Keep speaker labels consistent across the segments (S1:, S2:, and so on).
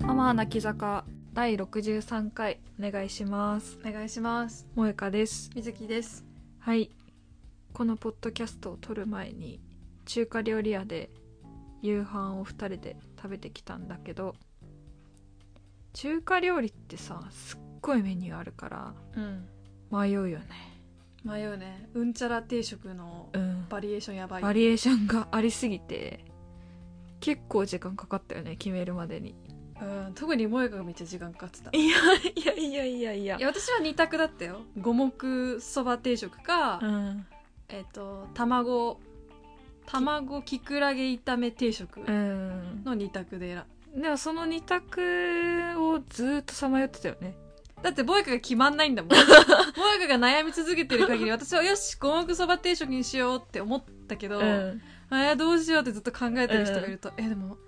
S1: まあ泣き坂第63回お願いします
S2: お願いします
S1: 萌香です
S2: みずきです
S1: はいこのポッドキャストを撮る前に中華料理屋で夕飯を2人で食べてきたんだけど中華料理ってさすっごいメニューあるから
S2: うん
S1: 迷うよね
S2: 迷うねうんちゃら定食の
S1: うん
S2: バリエーションやばい
S1: バリエーションがありすぎて結構時間かかったよね決めるまでに
S2: うん特に萌えがめっちゃ時間かかってたい
S1: いやいやいやいやいや
S2: や私は二択だったよ五目そば定食か、
S1: うん
S2: えっ、と卵卵きくらげ炒め定食
S1: うん
S2: の二択で選
S1: でもその二択をずーっとさまよってたよね
S2: だってボイカが決まんない んだもんボイカが悩み続けてる限り私はよし五目そば定食にしようって思ったけど、
S1: うん
S2: あーどうしようってずっと考えてる人がいると、えでも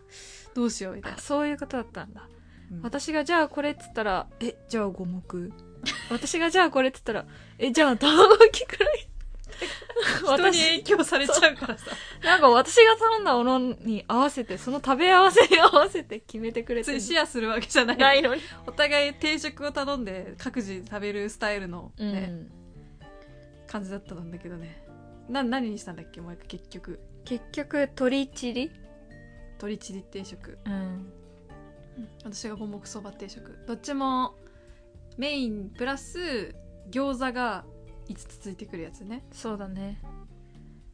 S2: どうしようみたい
S1: あ
S2: な、
S1: そういうことだったんだ
S2: また
S1: 私がじゃあこれっつったらえじゃあ五 目私がじゃあこれっつったらえじゃあ卵焼きくら い
S2: 人
S1: 私
S2: に影響されちゃうからさ
S1: なんか私が頼んだものに合わせてその食べ合わせに合わせて決めてくれ
S2: 別
S1: て
S2: にシェアするわけじゃない
S1: ないのに、
S2: お互い定食を頼んで各自食べるスタイルの、
S1: うん
S2: ね感じだったんだけどねな何にしたんだっけもう一回結局
S1: 結局鶏チリ、
S2: 鶏チリ定食
S1: うん、
S2: 私が五目そば定食どっちもメインプラス餃子が5つついてくるやつね
S1: そうだね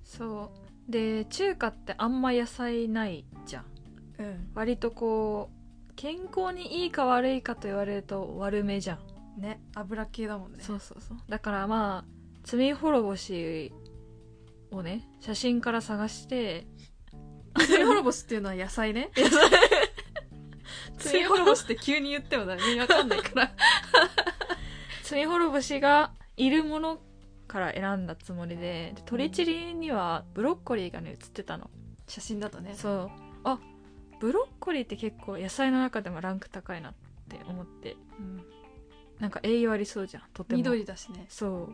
S1: そうで中華ってあんま野菜ないじゃん
S2: うん
S1: 割とこう健康にいいか悪いかと言われると悪めじゃん
S2: ね油系だもんね
S1: そうそうそうだからまあ罪滅ぼしをね写真から探して
S2: 罪滅ぼしっていうのは野菜ね罪滅ぼしって急に言ってもだねわかんないから
S1: 罪滅ぼしがいるものから選んだつもりでで鳥チリにはブロッコリーがね写ってたの、
S2: 写真だとね
S1: そうあブロッコリーって結構野菜の中でもランク高いなって思って
S2: うん
S1: なんか栄養ありそうじゃんとても
S2: 緑だしね
S1: そ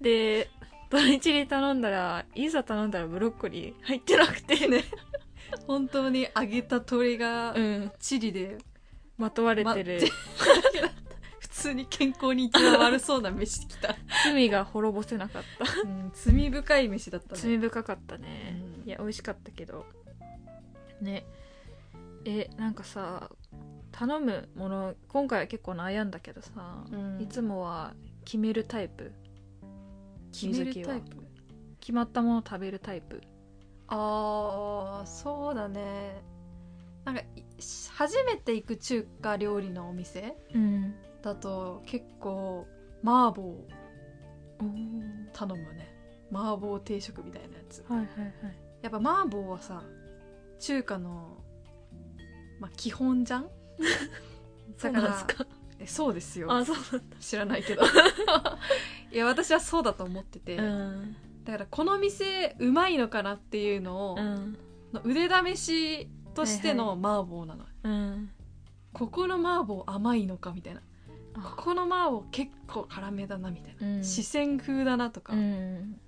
S1: う でドリチリ頼んだらいざ頼んだらブロッコリー入ってなくてね、
S2: 本当に揚げた鳥が
S1: うん、
S2: チリで
S1: まとわれてる
S2: 普通に健康に一番悪そうな飯来た、
S1: 罪が滅ぼせなかっ
S2: うん、罪深い飯だった
S1: た
S2: ね
S1: 罪深かったね、
S2: うん
S1: いや美味しかったけどねえなんかさ頼むもの今回は結構悩んだけどさ、
S2: うん
S1: いつもは決めるタイプ
S2: 決める
S1: 水木
S2: タ
S1: は
S2: イプ
S1: 決まったもの食べるタイプ
S2: あーそうだねなんかい初めて行く中華料理のお店
S1: うん
S2: だと結構麻婆
S1: おー
S2: 頼むね麻婆定食みたいなやつ
S1: はいはいはい
S2: やっぱ麻婆はさ中華の、まあ、基本じゃんだからえそうですよ
S1: あそうなんだ
S2: 知らないけど いや私はそうだと思ってて、
S1: ん
S2: だからこの店うまいのかなっていうのを、
S1: うん
S2: の腕試しとしての麻婆なの、
S1: うん
S2: ここの麻婆甘いのかみたいなこ
S1: あ
S2: この麻婆結構辛めだなみたいな、
S1: うん
S2: 四川風だなとか、
S1: うん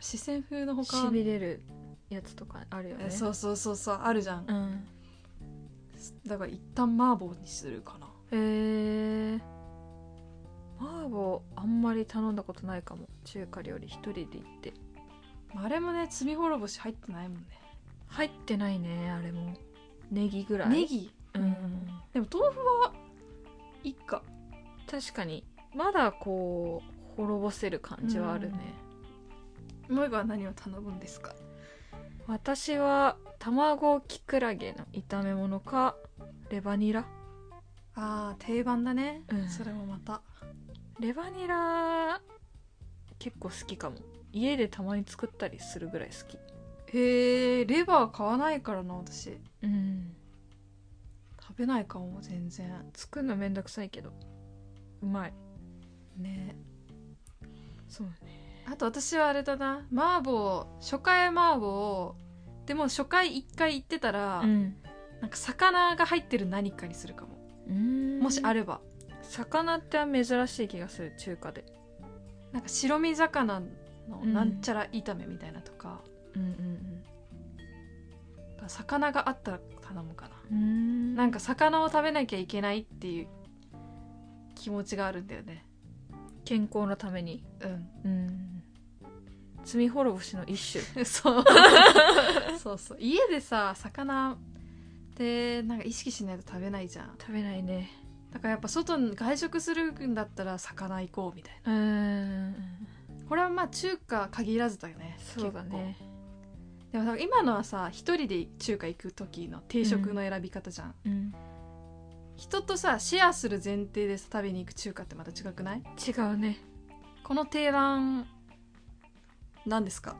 S2: 四川風のほか
S1: しびれるやつとかあるよね
S2: そうそうそうそうあるじゃん、
S1: うん
S2: だから一旦麻婆にするかな
S1: へえ麻婆あんまり頼んだことないかも中華料理一人で行って
S2: まああれもね罪滅ぼし入ってないもんね
S1: 入ってないねあれもネギぐらい
S2: ネギ
S1: うん
S2: でも豆腐はいっか
S1: 確かにまだこう滅ぼせる感じはあるね、
S2: もう一個は何を頼むんですか
S1: 私は卵きくらげの炒め物かレバニラ
S2: あー定番だね、
S1: うん
S2: それもまた
S1: レバニラ結構好きかも家でたまに作ったりするぐらい好き
S2: へえレバー買わないからな私食
S1: うん
S2: べないかも全然
S1: 作るのめんどくさいけどうまい
S2: ね
S1: そうね
S2: あと私はあれだな麻婆初回麻婆でも初回1回行ってたら、
S1: うん
S2: なんか魚が入ってる何かにするかもも
S1: もし
S2: しあ
S1: あれ
S2: れば
S1: 魚って珍しい気がする中華で
S2: なんか白身魚の
S1: うん
S2: なんちゃら炒めみたいなとか、
S1: うんうんうん
S2: から魚があったら頼むかな
S1: うん
S2: なんか魚を食べなきゃいけないっていう気持ちがあるんだよね
S1: 健康のために
S2: う
S1: うん罪滅ぼしの一種
S2: ん そうそうそう家でさ魚ってなんか意識しないと食べないじゃん
S1: 食べないね
S2: だからやっぱ外に外食するんだったら魚行こうみたい
S1: うん
S2: なこれはまあ中華限らずだよね
S1: そうだね
S2: 結構でもさ今のはさ一人で中華行く時の定食の選び方じゃん、
S1: うん
S2: 人とさシェアする前提でさ食べに行く中華ってまた違くない
S1: 違うね
S2: この提案何ですか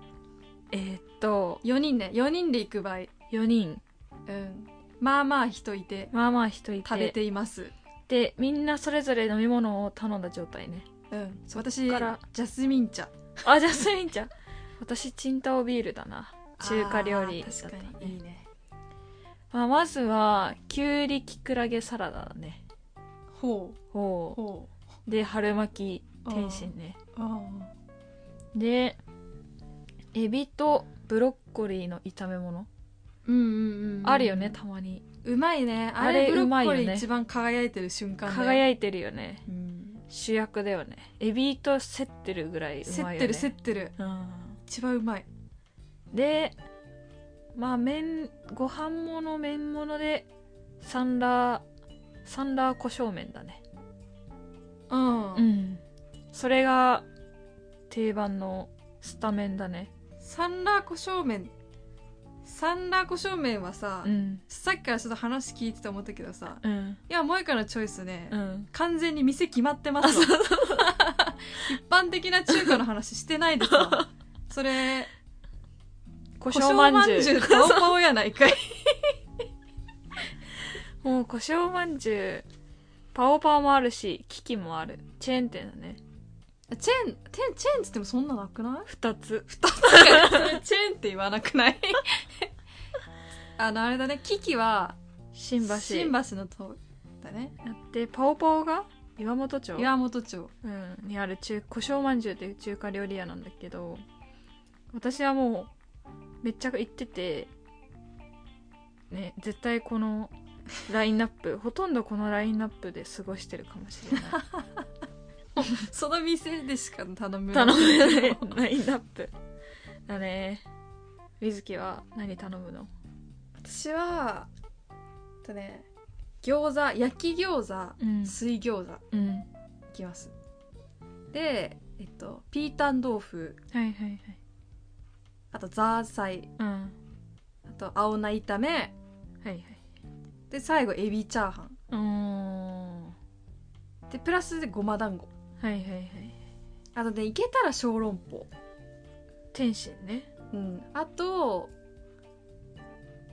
S1: えー、っと
S2: 4人ね4人で行く場合
S1: 4人
S2: うんまあまあ人いて
S1: まあまあ人いて
S2: 食べています
S1: でみんなそれぞれ飲み物を頼んだ状態ね
S2: うん私ジ
S1: から
S2: ャスミン茶
S1: あジャスミンち ゃん私チンタオビールだな中華料理
S2: あー確かにいいね
S1: まあ、まずはきゅうりきくらげサラダだね
S2: ほう
S1: ほ
S2: ほ
S1: うで春巻き天津ね
S2: うあー
S1: でエビとブロッコリーの炒め物
S2: うんうんうん
S1: あるよねたまに
S2: うまいねあ
S1: あれ
S2: れブロ
S1: うま
S2: ッ
S1: い
S2: コ
S1: よ
S2: リ
S1: ね
S2: ー一番輝いてる瞬間だよ
S1: 輝いてるよね
S2: うん
S1: 主役だよねエビと競ってるぐらいう
S2: 競
S1: まい
S2: っ
S1: よね
S2: てる競ってる
S1: うん
S2: 一番うまい
S1: でまあ麺ご飯物麺物でサンラーサンラー胡椒麺だね
S2: うん、
S1: んそれが定番のスタメンだね
S2: サンラー胡椒麺サンラー胡椒麺はさ、
S1: うん
S2: さっきからちょっと話聞いてて思ったけどさ
S1: うん
S2: いや萌香のチョイスね、
S1: うん
S2: 完全に店決まってますわ一般的な中華の話してないです わそれ
S1: 胡
S2: 胡
S1: 椒
S2: 椒
S1: まん
S2: ま
S1: じゅ
S2: ん
S1: う
S2: じゅう顔顔やない かい
S1: もう胡椒まんじゅうパオパオもあるしキキもあるチェーン店だね
S2: チェーンチェーンチェーンっつってもそんななくない
S1: 2つ
S2: それチェーンって言わなくない あのあれだねキキは
S1: 新橋
S2: 新橋のとだね
S1: でパオパオが岩本町
S2: 岩本町
S1: うん、にある中胡椒まんじゅうっていう中華料理屋なんだけど私はもうめっちゃ行っててね絶対この ラインナップほとんどこのラインナップで過ごしてるかもしれない
S2: その店でしか頼む
S1: 頼むねラインナップだね水木は何頼むの
S2: 私はえっとね餃子焼き餃子
S1: うん
S2: 水餃子い
S1: うん
S2: きますでえっとピータン豆腐
S1: はいはいはい
S2: あとザーサイ
S1: うんは
S2: あと青菜炒め
S1: いはい
S2: で最後エビチャーハン
S1: うーんは
S2: でプラスでごま団子
S1: いはいはい
S2: あとねいけたら小籠包
S1: 天津ね
S2: うんあと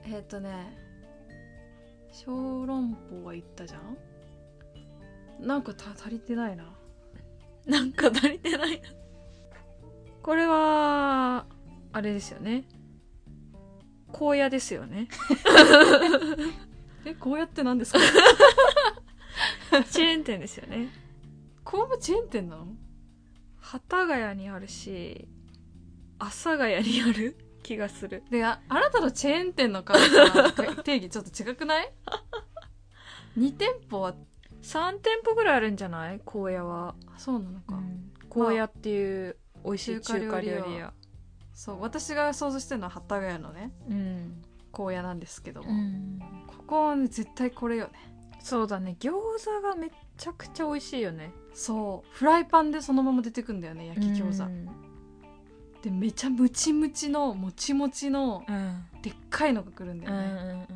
S2: えっとね小籠包は言ったじゃんなんかた足りてないな
S1: なんか足りてないなこれはあれですよね荒野ですよ ね
S2: えこうやってなんですか
S1: チェーン店ですよね
S2: こうもチェーン店なの
S1: 幡ヶ谷にあるし阿佐ヶ谷にある気がする
S2: でああなたのチェーン店の数は定義ちょっと違く ない2店舗は
S1: 3店舗ぐらいあるんじゃない荒野は、
S2: あそうなのか、
S1: 荒野っていう美味しい中
S2: 中
S1: 華
S2: 華
S1: 料
S2: 料
S1: 理
S2: 理
S1: 屋
S2: 屋そう私が想像してるのは幡ヶ谷のね
S1: うん、
S2: 荒野なんですけども、
S1: うん、
S2: ここはね絶対これよね
S1: そうだね餃子がめちゃくちゃ美味しいよね
S2: そうフライパンでそのまま出てくんだよね焼き餃子、
S1: うん
S2: でめちゃムチムチのもちもちの
S1: うん
S2: でっかいのが来るんだ
S1: う
S2: よ
S1: んう
S2: ね、
S1: んうん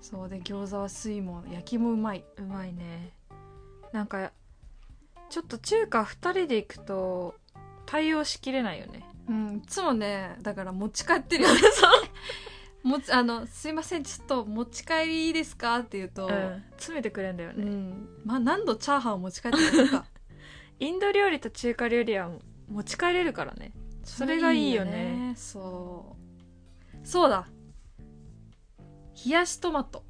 S2: そうで餃子は水も焼きもうまいう
S1: まいねなんかちょっと中華2人で行くと対応しきれないよね
S2: うんいつもねだから持ち帰ってる よねもちあのすいませんちょっと持ち帰りいいですかって言うと、
S1: うん詰めてくれんだよ
S2: う
S1: ね、
S2: ん、まあ何度チャーハンを持ち帰ってくる か
S1: インド料理と中華料理は持ち帰れるからねそれがいいよね
S2: そうそうだ冷やしトマト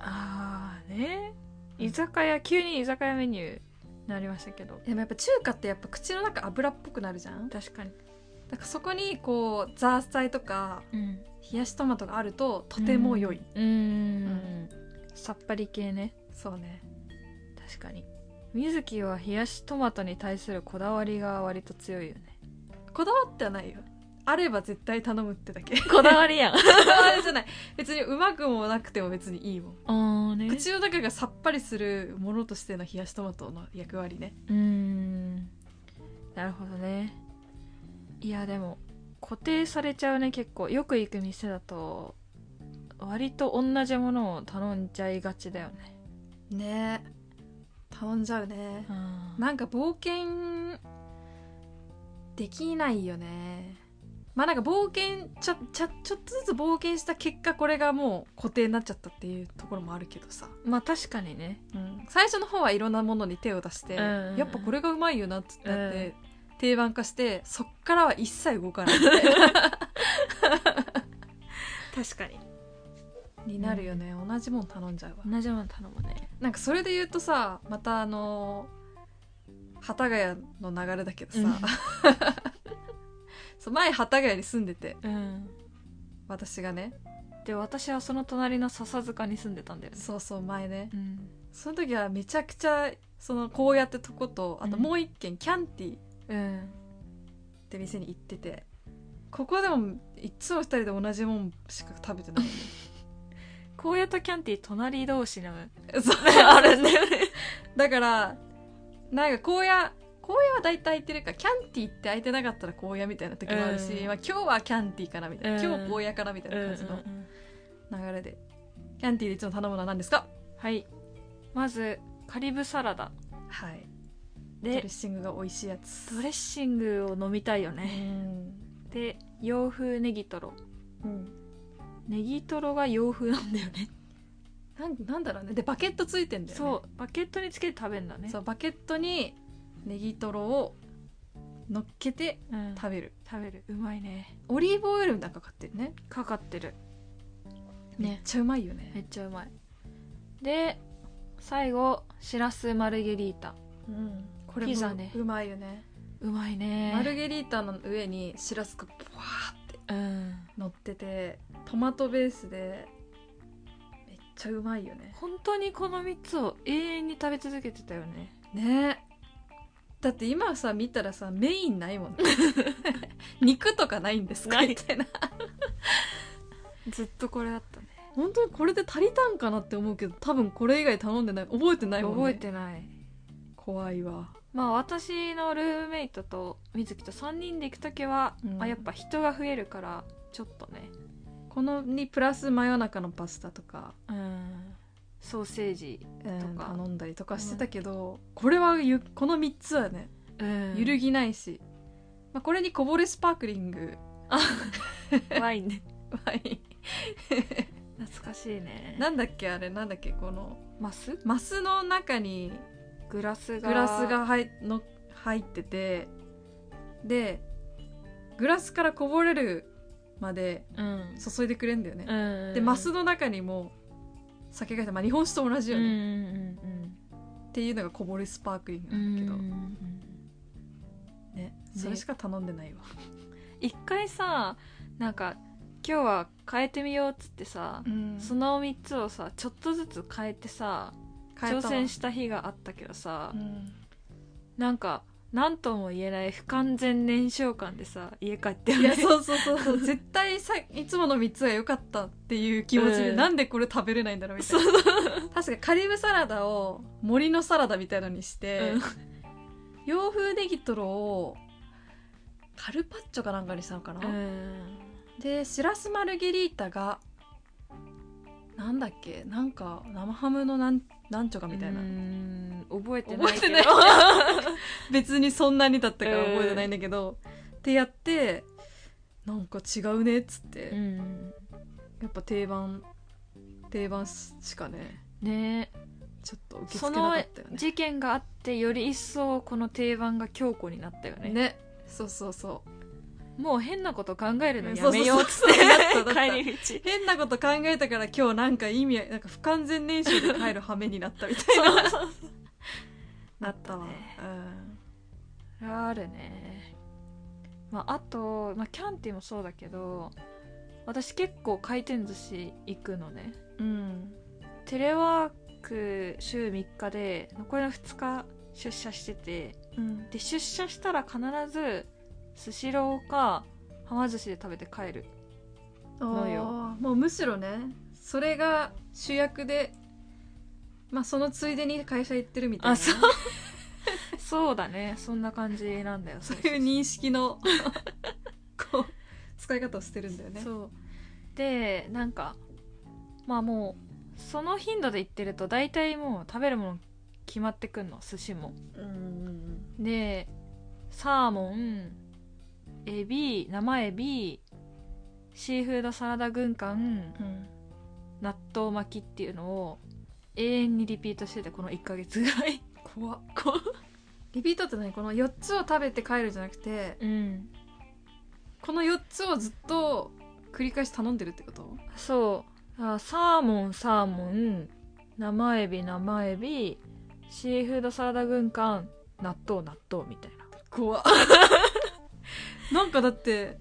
S1: ああね居酒屋急に居酒屋メニューになりましたけど
S2: でもやっぱ中華ってやっぱ口の中油っぽくなるじゃんだ
S1: 確かに
S2: からそこにこうザーサイとか
S1: うん
S2: 冷やしトマトがあるととても良い、
S1: うーんさっぱり系ね
S2: そうね
S1: 確かに水木は冷やしトマトに対するこだわりが割と強いよね
S2: こだわってはないよあれば絶対頼むってだけ
S1: こだわりやん あ
S2: こだわりじゃない別にうまくもなくても別にいいもん
S1: ーね
S2: 口の中がさっぱりするものとしての冷やしトマトの役割ね
S1: うーんなるほどねいやでも固定されちゃうね結構よく行く店だと割と同じものを頼んじゃいがちだよね
S2: ね頼んじゃうね
S1: な
S2: なんか冒険できないよねまあなんか冒険ちゃちゃちょっとずつ冒険した結果これがもう固定になっちゃったっていうところもあるけどさ、
S1: まあ確かにね
S2: 最初の方はいろんなものに手を出して、
S1: うんうんうん
S2: やっぱこれがうまいよなっつってなって、
S1: うん
S2: 定番化してそっからは一切動 かないみたいな
S1: 確かに
S2: になるよね、同じもん頼んじゃうわ
S1: 同じもの頼むね
S2: なんかそれで言うとさまたあのー幡ヶ谷の流れだけどさ、
S1: うん
S2: そう前幡ヶ谷に住んでて
S1: うん
S2: 私がね
S1: で私はその隣の笹塚に住んでたんだよね
S2: そうそう前ね
S1: うん
S2: その時はめちゃくちゃそのこうやってとことあと
S1: うん
S2: もう一軒キャンティっ
S1: うん
S2: て店に行っててここでもいっつも二人で同じもんしか食べ てない
S1: 高野とキャンティ隣同士の
S2: そう
S1: あるんだよね
S2: だからなんか荒野荒野は大体空いてるからキャンティって空いてなかったら荒野みたいな時もあるし、
S1: うん
S2: まあ、今日はキャンティかなみたいな、
S1: うん
S2: 今日荒野かなみたいな感じの流れで、キャンティでいつも頼むのは何ですか
S1: はいまずカリブサラダ
S2: はいドレ
S1: で
S2: ッシングが美味しいやつ
S1: ドレッシングを飲みたいよ
S2: う
S1: ね
S2: ん、
S1: で洋風ネギトロ
S2: うん、
S1: ネギトロが洋風なんだよね
S2: なんなんだろうねでバケットついてんだよね
S1: そうバケットにつけて食べるんだね
S2: そうバケットにネギトロを乗っけて
S1: うん
S2: 食べる
S1: 食べるうまいね
S2: オリーブオイルなんか買ってるね
S1: かかってる
S2: めっちゃうまいよね
S1: めっちゃうまいで最後しらすマルゲリータ
S2: うん、これ
S1: ピザ
S2: も
S1: ね
S2: うまいよね
S1: うまいね
S2: マルゲリータの上にシラスがブワーって
S1: うん
S2: 乗っててトマトベースでめっちゃうまいよね
S1: 本当にこの3つを永遠に食べ続けてたよね
S2: ねだって今さ見たらさメインない もんね肉とかないんですか
S1: ない
S2: みたいな
S1: ずっとこれだったね
S2: 本当にこれで足りたんかなって思うけど多分これ以外頼んでない覚えてないもんね
S1: 覚えてない
S2: 怖いわ
S1: まあ私のルームメイトと水木と3人で行く時は、
S2: うん
S1: あやっぱ人が増えるからちょっとね
S2: このにプラス真夜中のパスタとか、
S1: うんソーセージ
S2: うん
S1: とか
S2: 頼んだりとかしてたけど、これはゆこの3つはね
S1: うん
S2: 揺るぎないし、まあ、これにこぼれスパークリング
S1: ワインね
S2: はい
S1: 懐かしいね
S2: なんだっけあれなんだっけこの
S1: マス
S2: マスの中に
S1: グラスが
S2: グラスが入の入っててでグラスからこぼれるまで
S1: うん
S2: 注いでくれんだよね、
S1: うん
S2: でマスの中にも酒が入って、まあ、日本酒と同じよ
S1: うんう
S2: ね、
S1: ん
S2: っていうのがこぼれスパークリング
S1: う
S2: なん
S1: ん
S2: だけど、
S1: うん
S2: ね
S1: ね
S2: それしか頼んでないわ
S1: 一回さなんか今日は変えてみようっつってさ、そ
S2: その
S1: の3つをさちょっとずつ変えてさ挑戦した日があったけどさ、なんか何とも言えない不完全燃焼感でさ家帰って
S2: い やそうそうそうそう絶対さいつもの3つが良かったっていう気持ちで、
S1: うん
S2: なんでこれ食べれないんだろうみたいな確かカリブサラダを森のサラダみたいのにして、
S1: うん
S2: 洋風ネギトロをカルパッチョかなんかにしたのかな、
S1: うん
S2: でしらすマルゲリータがなんだっけなんか生ハムのなんなんちょかみたいな、
S1: うん覚えてない
S2: 覚え
S1: け
S2: て
S1: ど
S2: ない別にそんなにだったから覚えてないんだけど、ってやってなんか違うねっつって、
S1: うん
S2: やっぱ定番定番しかね
S1: ね
S2: ちょっと受け付
S1: そ
S2: けなか
S1: の
S2: ったよね
S1: 事件があってより一層この定番が強固になったよね
S2: ねそうそうそう
S1: もう変なこと考えるの
S2: そ
S1: や
S2: うそうそう
S1: めようっつって
S2: なったなった
S1: 帰り道
S2: 変なこと考えたから今日なんか意味なんか不完全燃焼で帰る羽目になったみた いななったわ、
S1: ね
S2: うん
S1: あるねまああと、まあ、キャンティもそうだけど私結構回転寿司行くのね
S2: うん
S1: テレワーク週3日で残りの2日出社してて
S2: うん
S1: で出社したら必ずスシローかはま寿司で食べて帰 る
S2: のよもうむしろねそれが主役でまあそのついでに会社行ってるみたいなね、
S1: あそうそうだねそんな感じなんだよ
S2: そういう認識の こう使い方をしてるんだよね
S1: そうでなんかまあもうその頻度で行ってると大体もう食べるもの決まってくんの寿司も
S2: うん
S1: でサーモンエビ生エビシーフードサラダ軍艦
S2: うん
S1: 納豆巻きっていうのを永遠にリピートしててこの1ヶ月ぐらい
S2: 怖っ
S1: こ
S2: リピートって何この4つを食べて帰るじゃなくて
S1: ううん
S2: この4つをずっと繰り返し頼んでるってこと
S1: そうあサーモンサーモン生エビ生エビシーフードサラダ軍艦納豆納豆みたいな
S2: 怖 なんかだって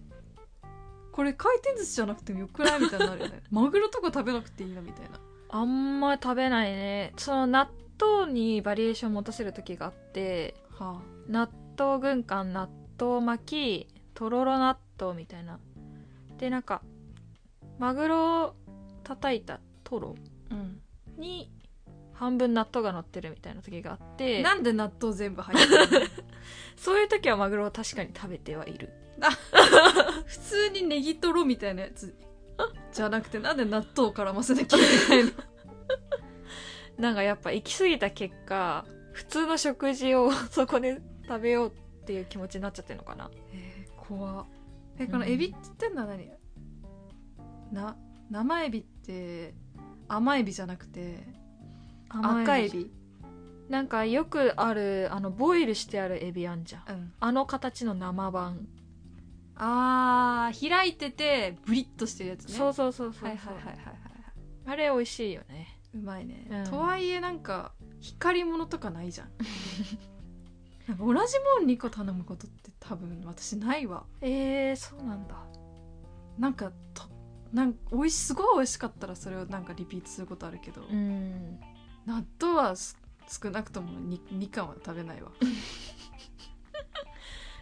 S2: これ回転寿司じゃなくてもよくないみたいになるよ ねマグロとか食べなくていいなみたいな
S1: あんま食べないねその納豆にバリエーション持たせる時があって
S2: は
S1: 納豆軍艦納豆巻きとろろ納豆みたいなでなんかマグロを叩いたトロ
S2: あ、うん
S1: に半分納豆が乗ってるみたいな時があって
S2: なんで納豆全部 入ってる
S1: そういう時はマグロを確かに食べてはいる
S2: の普通にネギトロみたいなや つじゃなくてなんで納豆を絡ませなきゃい けないの
S1: なんかやっぱ行き過ぎた結果普通の食事を そこで食べようっていう気持ちになっちゃってるのかな
S2: えー、怖えこのエビって言ってんのは何、な生エビって甘エビじゃなくて赤
S1: 赤
S2: エ
S1: エ
S2: ビ
S1: ビなんかよくあるあのボイルしてあるエビあんじゃん
S2: うん、
S1: あの形の生版、
S2: あー開いててブリッとしてるやつね
S1: そうそうそうそうそう
S2: はいはいはいはいはい
S1: あれ美味しいよね
S2: うまいね、
S1: うん
S2: とはいえなんか光り物とかない じゃんなんか同じもん2個頼むことって多分私ないわ
S1: えー、そうなんだ
S2: なんかとなんか美味しすごい美味しかったらそれをなんかリピートすることあるけど、
S1: ん
S2: 納豆はす少なくとも 2, 2貫は食べないわ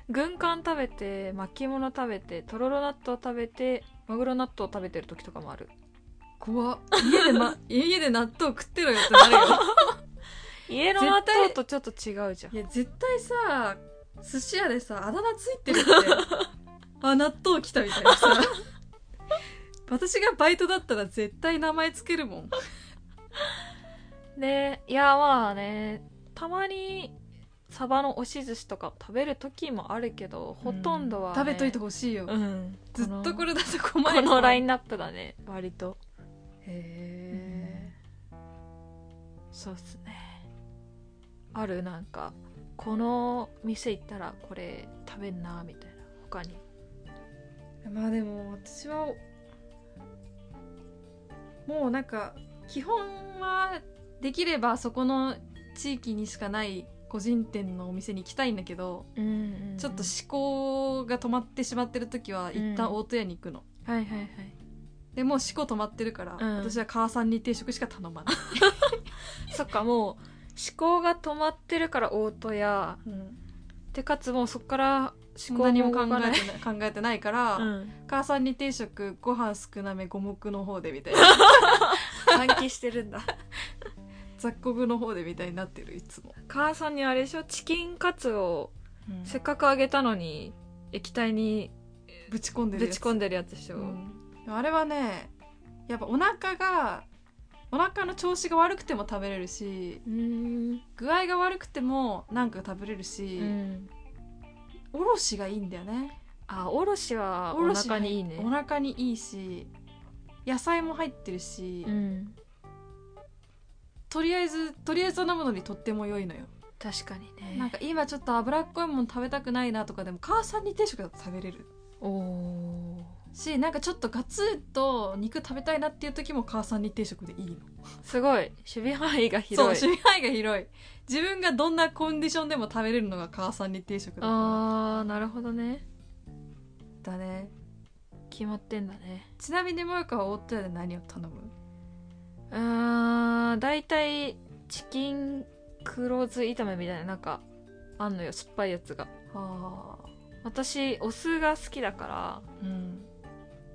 S1: 軍艦食べて巻物食べてとろろ納豆食べてマグロ納豆食べてる時とかもある
S2: 怖っ家で,、 ま、家で納豆食ってろよってなるよ
S1: 家の納豆とちょっと違うじゃん
S2: いや絶対さ寿司屋でさあだ名ついてるって あ納豆来たみたい なさ私がバイトだったら絶対名前つけるもん
S1: ねいやまあねたまにサバの押し寿司とか食べる時もあるけどほとんどは、ね
S2: 食べといてほしいよ、
S1: うん
S2: ずっとこ
S1: れ
S2: れだと困
S1: こ
S2: る
S1: のラインナップだね割と
S2: へ
S1: そうっすねあるなんかこの店行ったらこれ食べんなみたいな他に
S2: えまあでも私はもうなんか基本はできればそこの地域にしかない個人店のお店に行きたいんだけど、ち
S1: ち
S2: ょ
S1: ょ
S2: っ
S1: っ
S2: と
S1: と
S2: 思考が止まってしまってる時は一旦
S1: うん
S2: 大戸屋に行くの、
S1: はいはいはい
S2: でもう思考止まってるか
S1: う
S2: ら、
S1: ん
S2: 私は母さんに定食しか頼まない、
S1: そっかもう思考が止まってるから大戸屋でかつもうそっから思考
S2: 何
S1: に
S2: も
S1: も
S2: 考
S1: 考
S2: え
S1: えな
S2: て
S1: い
S2: ない考えてないから、
S1: うん
S2: 母さんに定食ご飯少なめ五目の方でみたいな
S1: 換気してるんだ
S2: 雑穀の方でみたいになってるいつも、
S1: 母さんにあれでしょチキンカツをせっかく揚げたのに液体に
S2: ぶち込んでる
S1: ぶ
S2: やつ
S1: ち込んでるやつでしょ、
S2: うんあれはねやっぱお腹がお腹の調子が悪くても食べれるし
S1: うん
S2: 具合が悪くてもなんか食べれるし、おろしがいいんだよね
S1: あおろしはお
S2: ろし
S1: 腹にいいね
S2: お腹にいいし野菜も入ってるし、
S1: うん
S2: とりあえずとりあえず飲むのにとっても良いのよ
S1: 確かにね
S2: なんか今ちょっと脂っこいもの食べたくないなとかでも母さんに定食だと食べれる
S1: おお
S2: しなんかちょっとガツッと肉食べたいなっていう時も母さんに定食でいいの
S1: すごい守備範囲が
S2: そう
S1: 広い
S2: 守備範囲が広い自分がどんなコンディションでも食べれるのが母さんに定食だか
S1: あーなるほどね
S2: らだね
S1: 決まってんだね
S2: ちなみにもよかは夫やで何を頼む
S1: あー大体チキン黒酢炒めみたいななんかあんのよ酸っぱいやつが
S2: はあ
S1: 私お酢が好きだから
S2: うん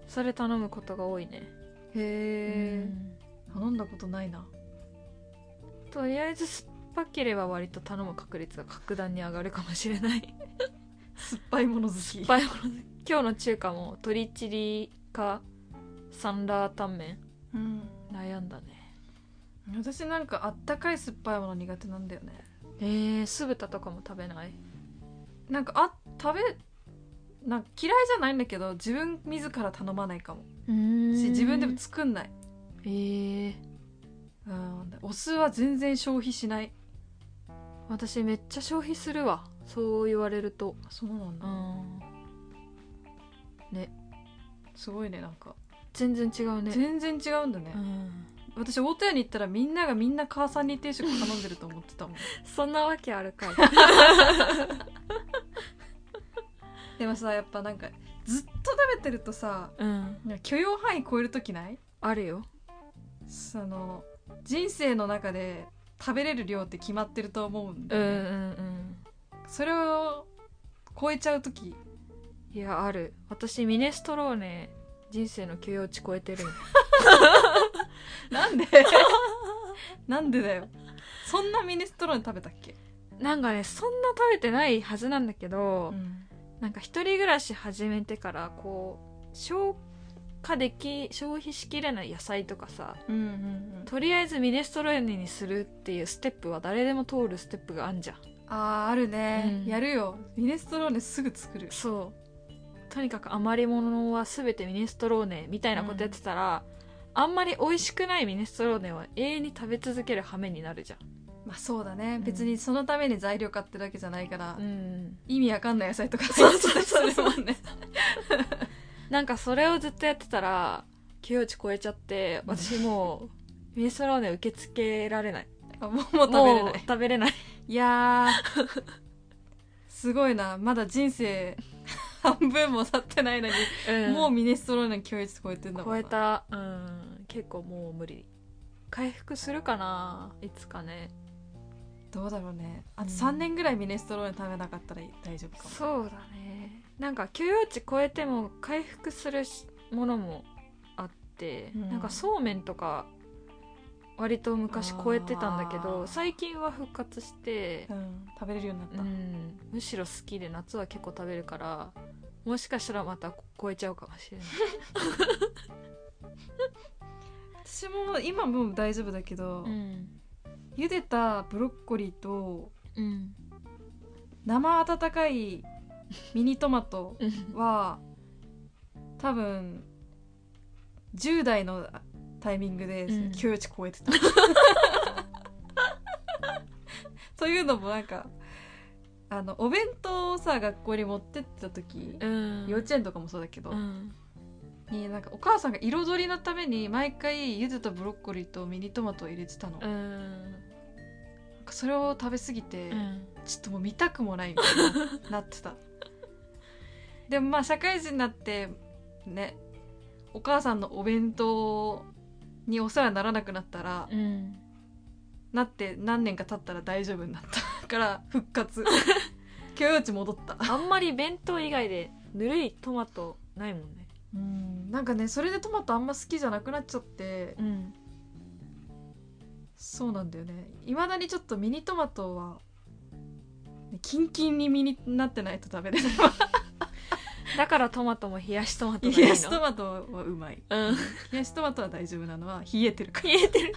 S1: それ頼むことが多いねう
S2: へえ、
S1: ん
S2: 頼んだことないな
S1: とりあえず酸っぱければ割と頼む確率が格段に上がるかもしれない
S2: 酸っぱいもの好き
S1: 酸っぱいもの今日の中華も鶏チリかサンラータンメン
S2: うん
S1: 悩んだね
S2: 私なんかあったかい酸っぱいもの苦手なんだよね
S1: えー、酢豚とかも食べない
S2: なんかあ食べなんか嫌いじゃないんだけど自分自ら頼まないかもし自
S1: 自分
S2: 分
S1: で
S2: でも
S1: も
S2: 作んない
S1: えー、
S2: うんお酢は全然消費しない
S1: 私めっちゃ消費するわそう言われると
S2: そうなん
S1: うん
S2: すごいねなんか
S1: 全然違うね
S2: 全然違うんだね、
S1: うん
S2: 私大戸屋に行ったらみんながみんな母さんに定食頼んでると思ってたもん
S1: そんなわけあるかい
S2: でもさやっぱなんかずっと食べてるとさ
S1: うん
S2: なんか許容範囲超える時ない
S1: あるよ
S2: その人生の中で食べれる量って決まってると
S1: う
S2: 思うん
S1: んうん
S2: で、
S1: うん
S2: それを超えちゃう時
S1: いやある私ミネストローネ人生の休養地超えてるんよ
S2: なんで なんでだよそんなミネストローネ食べたっけ、
S1: なんかねそんな食べてないはずなんだけど、なんか一人暮らし始めてからこう消化でき消費しきれない野菜とかさ
S2: うんうんうん
S1: とりあえずミネストローネにするっていうステップは誰でも通るステップがあんじゃん
S2: あーあるね、
S1: うん
S2: やるよミネストローネすぐ作る
S1: そうとにかく余り物は全てミネストローネみたいなことやってたら、あんまり美味しくないミネストローネは永遠に食べ続ける羽目になるじゃん
S2: まあそうだね、
S1: うん
S2: 別にそのために材料買ってるわけじゃないから、
S1: うん
S2: 意味わかんない野菜とか
S1: そう そうそう
S2: するもんね
S1: なんかそれをずっとやってたら休養地超えちゃって
S2: うん
S1: 私もうミネストローネ受け付けられない
S2: あもうもう食べれ
S1: も
S2: な
S1: う
S2: い
S1: 食べれない
S2: いやーすごいなまだ人 生半分も経ってないのに、も
S1: も
S2: うミネストローネの教育超えてんだ
S1: う
S2: もん
S1: 超
S2: な
S1: えたうん結構もう無理回復するかないつかね
S2: どうだろうねあと
S1: うん
S2: 3年ぐらいミネストローネ食べなかったら大丈夫かも
S1: そうだねなんか休養地超えても回復するしものもあって、
S2: うん
S1: なんかそうめんとか割と昔超えてたんだけ
S2: あ
S1: ど
S2: ー
S1: 最近は復活して
S2: う、ん、食べれるようになった、
S1: うん、むしろ好きで夏は結構食べるからもしかしたらまた超えちゃうかもしれない
S2: 私も今もう大丈夫だけど、
S1: うん、
S2: 茹でたブロッコリーと
S1: うん
S2: 生温かいミニトマト
S1: うん、
S2: は多分10代のタイミングで
S1: うん
S2: 休養値超えてた。 というのもなんかあのお弁当をさ学校に持ってった時、
S1: うん、
S2: 幼稚園とかもそうだけど、
S1: うん
S2: になんかお母さんが彩りのために毎回茹でたブロッコリーとミニトマトを入れてたの、
S1: う
S2: なん
S1: ん
S2: かそれを食べ過ぎて、
S1: うん
S2: ちょっともう見たくもないみたいにな ってたでもまあ社会人になってねお母さんのお弁当にお世話にならなくなったら、
S1: うん
S2: なって何年か経ったら大丈夫になった から復活許容値戻った
S1: あんまり弁当以外でぬるいトマトないもんね
S2: うんなんかねそれでトマトあんま好きじゃなくなっちゃって
S1: うん
S2: そうなんだよねいまだにちょっとミニトマトはねキンキンに身になってないと食べれない
S1: だからトマトも冷やしトマトがいい
S2: 冷
S1: の
S2: やしトマトはうまい
S1: うん
S2: 冷やしトマトは大丈夫なのは冷えてるから
S1: 冷えてる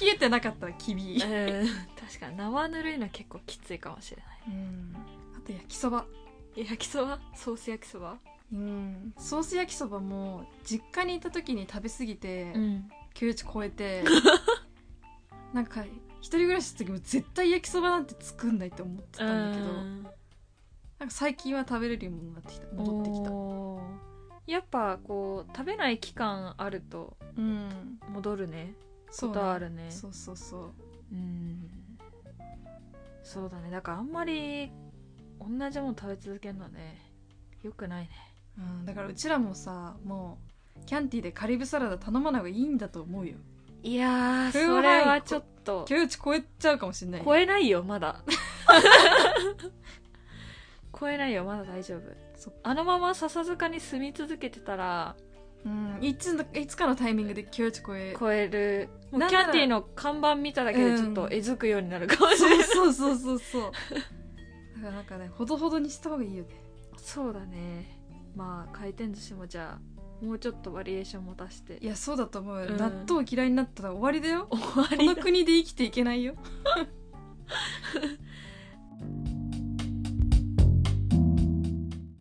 S2: 冷えてなかったらきび、
S1: うん確かに生ぬるいの結構きついかもしれない
S2: うん、あと焼きそば
S1: 焼きそばソース焼きそば
S2: うんソース焼きそばも実家にいた時に食べ過ぎて
S1: ん
S2: 休日超え てなんか一人暮らしした時も絶対焼きそばなんて作んないって思ってたんだけどなんか最近は食べれるようになってきた戻ってきた
S1: たやっぱこう食べない期間あると
S2: うん
S1: 戻るね
S2: そう
S1: ことあ
S2: ね
S1: るね
S2: そうそうそう
S1: うんそうだねだからあんまり同じもの食べ続けるのねよくないね
S2: うん、だからうちらもさもうキャンティでカリブサラダ頼まない方がいいんだと思うよ
S1: いやー
S2: うまい
S1: それはちょっと
S2: 許容値超えちゃうかもしんない
S1: 超えないよまだ超えないよまだ大丈夫
S2: そっ
S1: あのまま笹塚に住み続けてたら
S2: うん、いつのいつかのタイミングで許容値超え
S1: 超えるも
S2: な
S1: うんキ
S2: なら
S1: ャンティの看板見ただけでちょっと
S2: うん
S1: えずくようになるかもしれない、
S2: そうそうそうそうそうだからなんかねほどほどにした方がいいよね
S1: そうだねまあ回転寿司もじゃあもうちょっとバリエーション持たして
S2: いやそうだと思うよ、
S1: うん
S2: 納豆嫌いになったら終わりだよ
S1: 終わ
S2: この
S1: りだ
S2: 国で生きていけないよ